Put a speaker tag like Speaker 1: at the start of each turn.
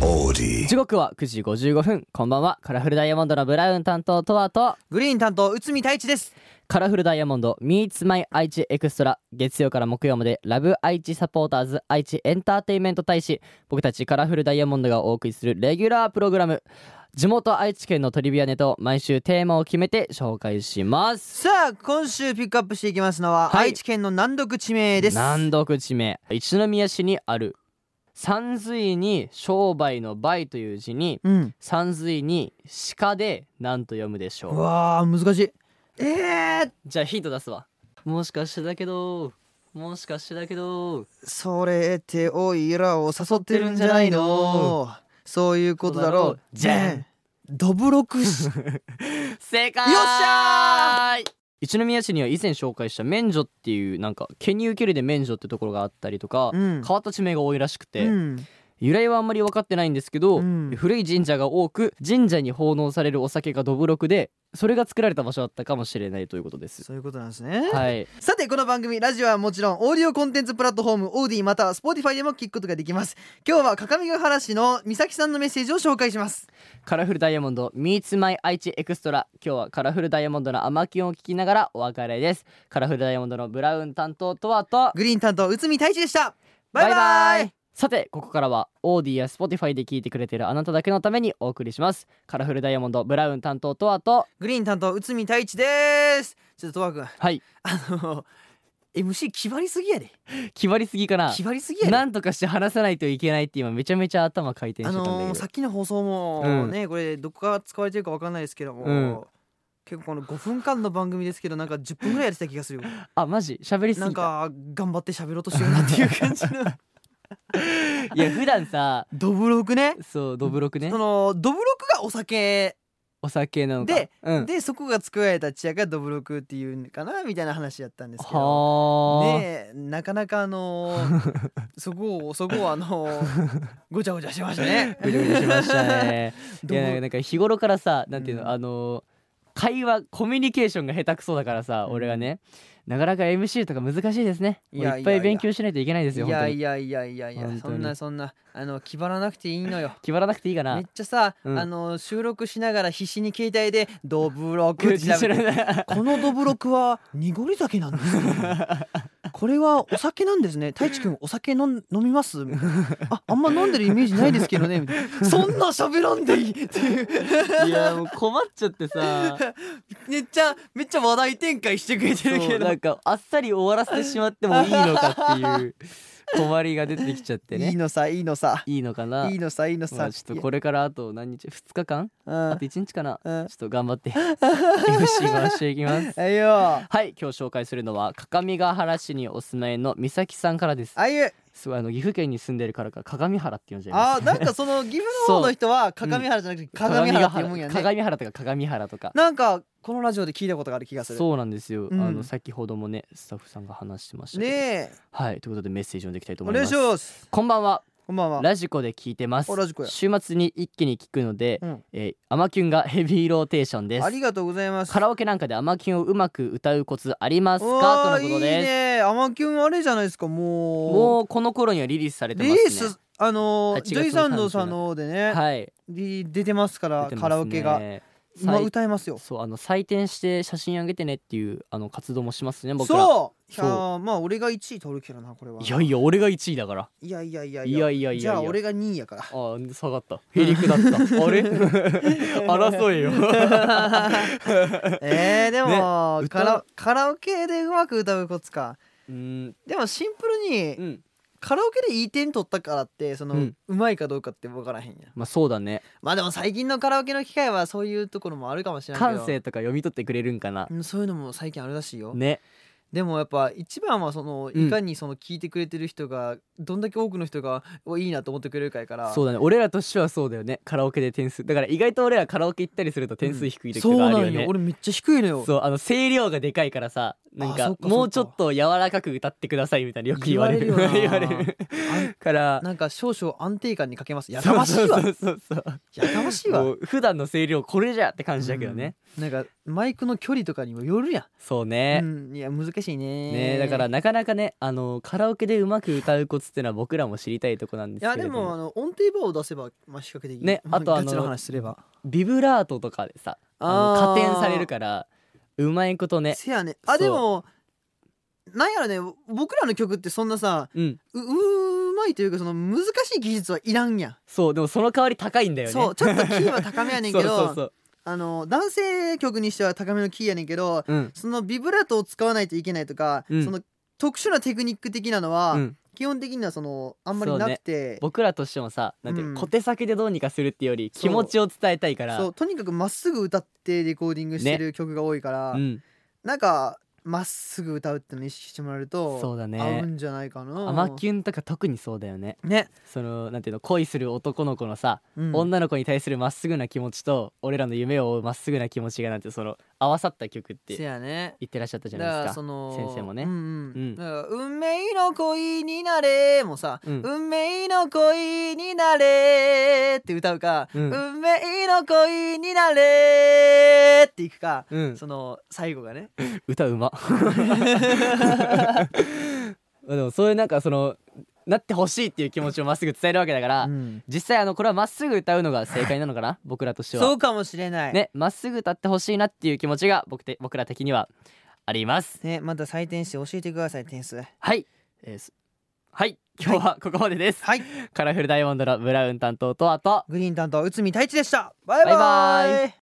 Speaker 1: Melody.
Speaker 2: 時刻は9時55分こんばんはカラフルダイヤモンドのブラウン担当とわと
Speaker 3: グリーン担当内海太一です
Speaker 2: カラフルダイヤモンド Meets My 愛知エクストラ月曜から木曜までラブ愛知サポーターズ愛知エンターテインメント大使僕たちカラフルダイヤモンドがお送りするレギュラープログラム地元愛知県のトリビアネタを毎週テーマを決めて紹介します
Speaker 3: さあ今週ピックアップしていきますのは、
Speaker 2: はい
Speaker 3: 愛知県の難読地名です
Speaker 2: 難読地名一宮市にある山水に商売の売という字に
Speaker 3: うん
Speaker 2: 山水に鹿で何と読むでしょ
Speaker 3: う
Speaker 2: う
Speaker 3: わー難しいえー、
Speaker 2: じゃあヒント出すわもしかしてだけどもしかしてだけど
Speaker 3: それっておいらを誘ってるんじゃないのそういうことだろう
Speaker 2: じゃん
Speaker 3: ドブロ クシ
Speaker 2: 正解
Speaker 3: よっしゃ
Speaker 2: 一宮市には以前紹介した免除っていうなんか毛に受けるで免除ってところがあったりとか、
Speaker 3: うん
Speaker 2: 変わった地名が多いらしくて、
Speaker 3: うん
Speaker 2: 由来はあんまり分かってないんですけど、
Speaker 3: うん
Speaker 2: 古い神社が多く神社に奉納されるお酒がどぶろくでそれが作られた場所だったかもしれないということです。
Speaker 3: そういうことなんですね、
Speaker 2: はい、
Speaker 3: さてこの番組ラジオはもちろんオーディオコンテンツプラットフォームオーディまたは Spotify でも聞くことができます今日は各務原市の美咲さんのメッセージを紹介します
Speaker 2: カラフルダイヤモンド Meets My 愛知エクストラ今日はカラフルダイヤモンドの甘き音を聞きながらお別れですカラフルダイヤモンドのブラウン担当とはと
Speaker 3: グリーン担当内海太一でしたバ
Speaker 2: バ
Speaker 3: イ
Speaker 2: イ
Speaker 3: バ
Speaker 2: バ
Speaker 3: イ
Speaker 2: イさてここからはオーディや Spotify で聞いてくれてるあなただけのためにお送りしますカラフルダイヤモンドブラウン担当とはと
Speaker 3: グリーン担当内海太一ですちょっとトワ君
Speaker 2: はい
Speaker 3: あの MC 気張りすぎやで
Speaker 2: 気張りすぎかな
Speaker 3: 気張りすぎやで
Speaker 2: なんとかして話さないといけないって今めちゃめちゃ頭回転し
Speaker 3: あ
Speaker 2: てたんだけど、
Speaker 3: のー、さっきの放送
Speaker 2: う
Speaker 3: も
Speaker 2: ん
Speaker 3: ね、これどこが使われてるかわかんないですけども、
Speaker 2: うん
Speaker 3: 結構この5分間の番組ですけどなんか10分ぐらいやってた気がする よ
Speaker 2: あマジ喋りす
Speaker 3: なん
Speaker 2: ぎた
Speaker 3: か頑張って喋ろうとしてるなっていう感じ の
Speaker 2: いや普段さ
Speaker 3: どぶろくね
Speaker 2: そうどぶろくね
Speaker 3: そのどぶろくがお酒
Speaker 2: お酒なのか
Speaker 3: で、
Speaker 2: うん、
Speaker 3: でそこが作られたチアがどぶろくっていうんかなみたいな話やったんですけど
Speaker 2: はあ、
Speaker 3: ねなかなかあの ーそこをそこをあのーごちゃごちゃしましたね
Speaker 2: ぐちゃぐちゃしましたねい
Speaker 3: どう
Speaker 2: やなんか日頃からさなんていうの、
Speaker 3: うん
Speaker 2: あの会話コミュニケーションが下手くそだからさ、
Speaker 3: うん
Speaker 2: 俺がねなかなか MC とか難しいですねもうい
Speaker 3: やいやいや
Speaker 2: っぱい勉強しないといけないですよ
Speaker 3: いや
Speaker 2: 本当
Speaker 3: い
Speaker 2: に
Speaker 3: やいやいやいや
Speaker 2: 本
Speaker 3: そ
Speaker 2: 当
Speaker 3: ん
Speaker 2: に
Speaker 3: なそんなあの気張らなくていいのよ
Speaker 2: 決まらなくていいか
Speaker 3: め
Speaker 2: な
Speaker 3: っちゃさ、
Speaker 2: うん
Speaker 3: あの収録しながら必死に携帯で「どぶろく」って調べ て
Speaker 2: な
Speaker 3: このどぶろくは濁り酒な んですねこれはお酒なんですね太一くんお酒飲ん飲みま すみたいなああんま飲んでるイメージないですけどねみたいなそんな喋らんでいいっていう
Speaker 2: いやもう困っちゃって さ
Speaker 3: めっちゃめっちゃ話題展開してくれてる
Speaker 2: そ
Speaker 3: け
Speaker 2: う
Speaker 3: ど
Speaker 2: なんかあっさり終わらせてしまってもいいのかって いう困りが出てきちゃって
Speaker 3: いい
Speaker 2: ね
Speaker 3: のさいいのさ
Speaker 2: いいのかない
Speaker 3: いのさいいの
Speaker 2: ま
Speaker 3: さ
Speaker 2: あ、ちょっとこれからあと何日2日間あと1日か なち
Speaker 3: う
Speaker 2: ょ
Speaker 3: ん
Speaker 2: っと頑張って MC 回していきます
Speaker 3: あいよ
Speaker 2: はい今日紹介するのは各務原市にお住まいの美咲さんからです
Speaker 3: あゆ
Speaker 2: すごいあの岐阜県に住んでるからか鏡原って呼んじゃいます
Speaker 3: あーなんかその岐阜の方の人は鏡原じゃなくて鏡原って読むんやね
Speaker 2: 鏡原とか鏡原とか
Speaker 3: なんかこのラジオで聞いたことがある気がする
Speaker 2: そうなんですよ、
Speaker 3: うん
Speaker 2: あの先ほどもねスタッフさんが話してましたけど
Speaker 3: ねえ
Speaker 2: はいということでメッセージをできたいと
Speaker 3: お
Speaker 2: 思い
Speaker 3: 願
Speaker 2: ま
Speaker 3: い
Speaker 2: す
Speaker 3: します
Speaker 2: こんばんは
Speaker 3: こんばんは
Speaker 2: ラジコで聞いてます
Speaker 3: おラジコや
Speaker 2: 週末に一気に聞くので、
Speaker 3: うん
Speaker 2: えーアマキュンがヘビーローテーションで
Speaker 3: あ
Speaker 2: す
Speaker 3: りがとうございます
Speaker 2: カラオケなんかでアマキュンをうまく歌うコツあります
Speaker 3: お
Speaker 2: か
Speaker 3: ー
Speaker 2: とのこと
Speaker 3: いい
Speaker 2: です
Speaker 3: ねアマキュンあれじゃないですかもう
Speaker 2: もうこの頃にはリリースされて
Speaker 3: リ
Speaker 2: ます
Speaker 3: リ
Speaker 2: ね
Speaker 3: ースあの
Speaker 2: 8
Speaker 3: ー
Speaker 2: 月
Speaker 3: ジョイサウンドさんの方でね、
Speaker 2: はい
Speaker 3: リ出てますから
Speaker 2: 出てますね
Speaker 3: カラオケが
Speaker 2: さ
Speaker 3: まあ
Speaker 2: い
Speaker 3: 歌えますよ
Speaker 2: そうあの採点して写真あげてねっていうあの活動もしますね僕ら
Speaker 3: そういや
Speaker 2: そ
Speaker 3: ーまあ俺が1位取るけどなこれはい
Speaker 2: やいや俺が1位だから
Speaker 3: いやいやいや
Speaker 2: いやいやいやいや
Speaker 3: じゃあ俺が2位やから
Speaker 2: あー下がった へりくだったあれ 争いよ
Speaker 3: えー、でも、
Speaker 2: ね
Speaker 3: カラカラオケでうまく歌うコツか
Speaker 2: うん
Speaker 3: でもシンプルに、
Speaker 2: うん
Speaker 3: カラオケでいい点取ったからってその、
Speaker 2: う
Speaker 3: うんまいかどうかって分からへんやん
Speaker 2: まあそうだね
Speaker 3: まあでも最近のカラオケの機会はそういうところもあるかもしれないけど
Speaker 2: 感性とか読み取ってくれるんかな
Speaker 3: うんそういうのも最近あるらしいよ、
Speaker 2: ね
Speaker 3: でもやっぱ一番はその
Speaker 2: うん
Speaker 3: いかにその聞いてくれてる人がどんだけ多くの人がおいいなと思ってくれるかやから
Speaker 2: そうだね俺らとしてはそうだよねカラオケで点数だから意外と俺らカラオケ行ったりすると点数低い時
Speaker 3: そう
Speaker 2: とかあ
Speaker 3: な
Speaker 2: る
Speaker 3: ん
Speaker 2: よね、
Speaker 3: 俺めっちゃ低いのよ
Speaker 2: そうあの声量がでかいからさなん
Speaker 3: あそ
Speaker 2: か
Speaker 3: っかそっか
Speaker 2: もうちょっと柔らかく歌ってくださいみたいなよく言われる
Speaker 3: 言われるよ な
Speaker 2: 言われるから
Speaker 3: なんか少々安定感に欠けますやかましいわ
Speaker 2: そうそうそうそう
Speaker 3: やかましいわ
Speaker 2: もう普段の声量これじゃって感じだけどね、
Speaker 3: うんなんかマイクの距離とかにもよるやん
Speaker 2: そうね、
Speaker 3: うん、いや難ししいね
Speaker 2: ねだから
Speaker 3: い
Speaker 2: なかなかねあのカラオケでうまく歌うコツっていうのは僕らも知りたいとこなんですけれ
Speaker 3: や
Speaker 2: ど
Speaker 3: でもあの音程バーを出せばまあ比較的
Speaker 2: ねあとあの
Speaker 3: ガチの話すれば
Speaker 2: ビブラートとかでさあの加点されるからうまいことね
Speaker 3: せやねあ
Speaker 2: そう
Speaker 3: でもなんやろね僕らの曲ってそんなさ
Speaker 2: うん
Speaker 3: ううまいというかその難しい技術はいらんやん、
Speaker 2: そうでもその代わり高いんだよね
Speaker 3: そうちょっとキーは高めやねんけど
Speaker 2: そうそうそう
Speaker 3: あの男性曲にしては高めのキーやねんけど
Speaker 2: うん
Speaker 3: そのビブラートを使わないといけないとか、
Speaker 2: うん
Speaker 3: その特殊なテクニック的なのは、
Speaker 2: うん
Speaker 3: 基本的にはそのあんまりなくて
Speaker 2: 僕らとしてもさなんていうの
Speaker 3: うん
Speaker 2: 小手先でどうにかするっていうより
Speaker 3: そう
Speaker 2: 気持ちを伝えたいから
Speaker 3: そうとにかくまっすぐ歌ってレコーディングしてる曲が多いから、
Speaker 2: うん
Speaker 3: なんかまっすぐ歌うってのを意識してもらえる
Speaker 2: そう
Speaker 3: と、
Speaker 2: だ
Speaker 3: 合う
Speaker 2: ね
Speaker 3: んじゃないかな。
Speaker 2: アマキュンとか特にそうだよね
Speaker 3: ね、
Speaker 2: そのなんていうの恋する男の子のさ
Speaker 3: うん
Speaker 2: 女の子に対するまっすぐな気持ちと俺らの夢を追うまっすぐな気持ちがなんてその合わさった曲っ
Speaker 3: せ
Speaker 2: て
Speaker 3: やね
Speaker 2: 言ってらっしゃったじ
Speaker 3: だ
Speaker 2: ゃ
Speaker 3: か
Speaker 2: ないで
Speaker 3: ら
Speaker 2: す
Speaker 3: そ
Speaker 2: か
Speaker 3: の
Speaker 2: 先生もね
Speaker 3: うん
Speaker 2: う
Speaker 3: うんん、だから運命の恋になれもさ、
Speaker 2: うん
Speaker 3: 運命の恋になれって歌うか、
Speaker 2: うん
Speaker 3: 運命の恋になれっていくか、
Speaker 2: うん
Speaker 3: その最後がね、
Speaker 2: 歌 うまでもそういうなんかそのなってほしいっていう気持ちをまっすぐ伝えるわけだから、実際あのこれはまっすぐ歌うのが正解なのか な僕らとしては
Speaker 3: そうかもしれない。
Speaker 2: ねまっすぐ歌ってほしいなっていう気持ちが僕て僕ら的にはあります
Speaker 3: ねまた採点して教えてください点数。は
Speaker 2: はい、えーすはい今日はここまでです、
Speaker 3: い、
Speaker 2: カラフルダイヤモンドのブラウン担当とあと
Speaker 3: グリーン担当内海太一でした。バイ
Speaker 2: バ
Speaker 3: バ
Speaker 2: イバ
Speaker 3: イ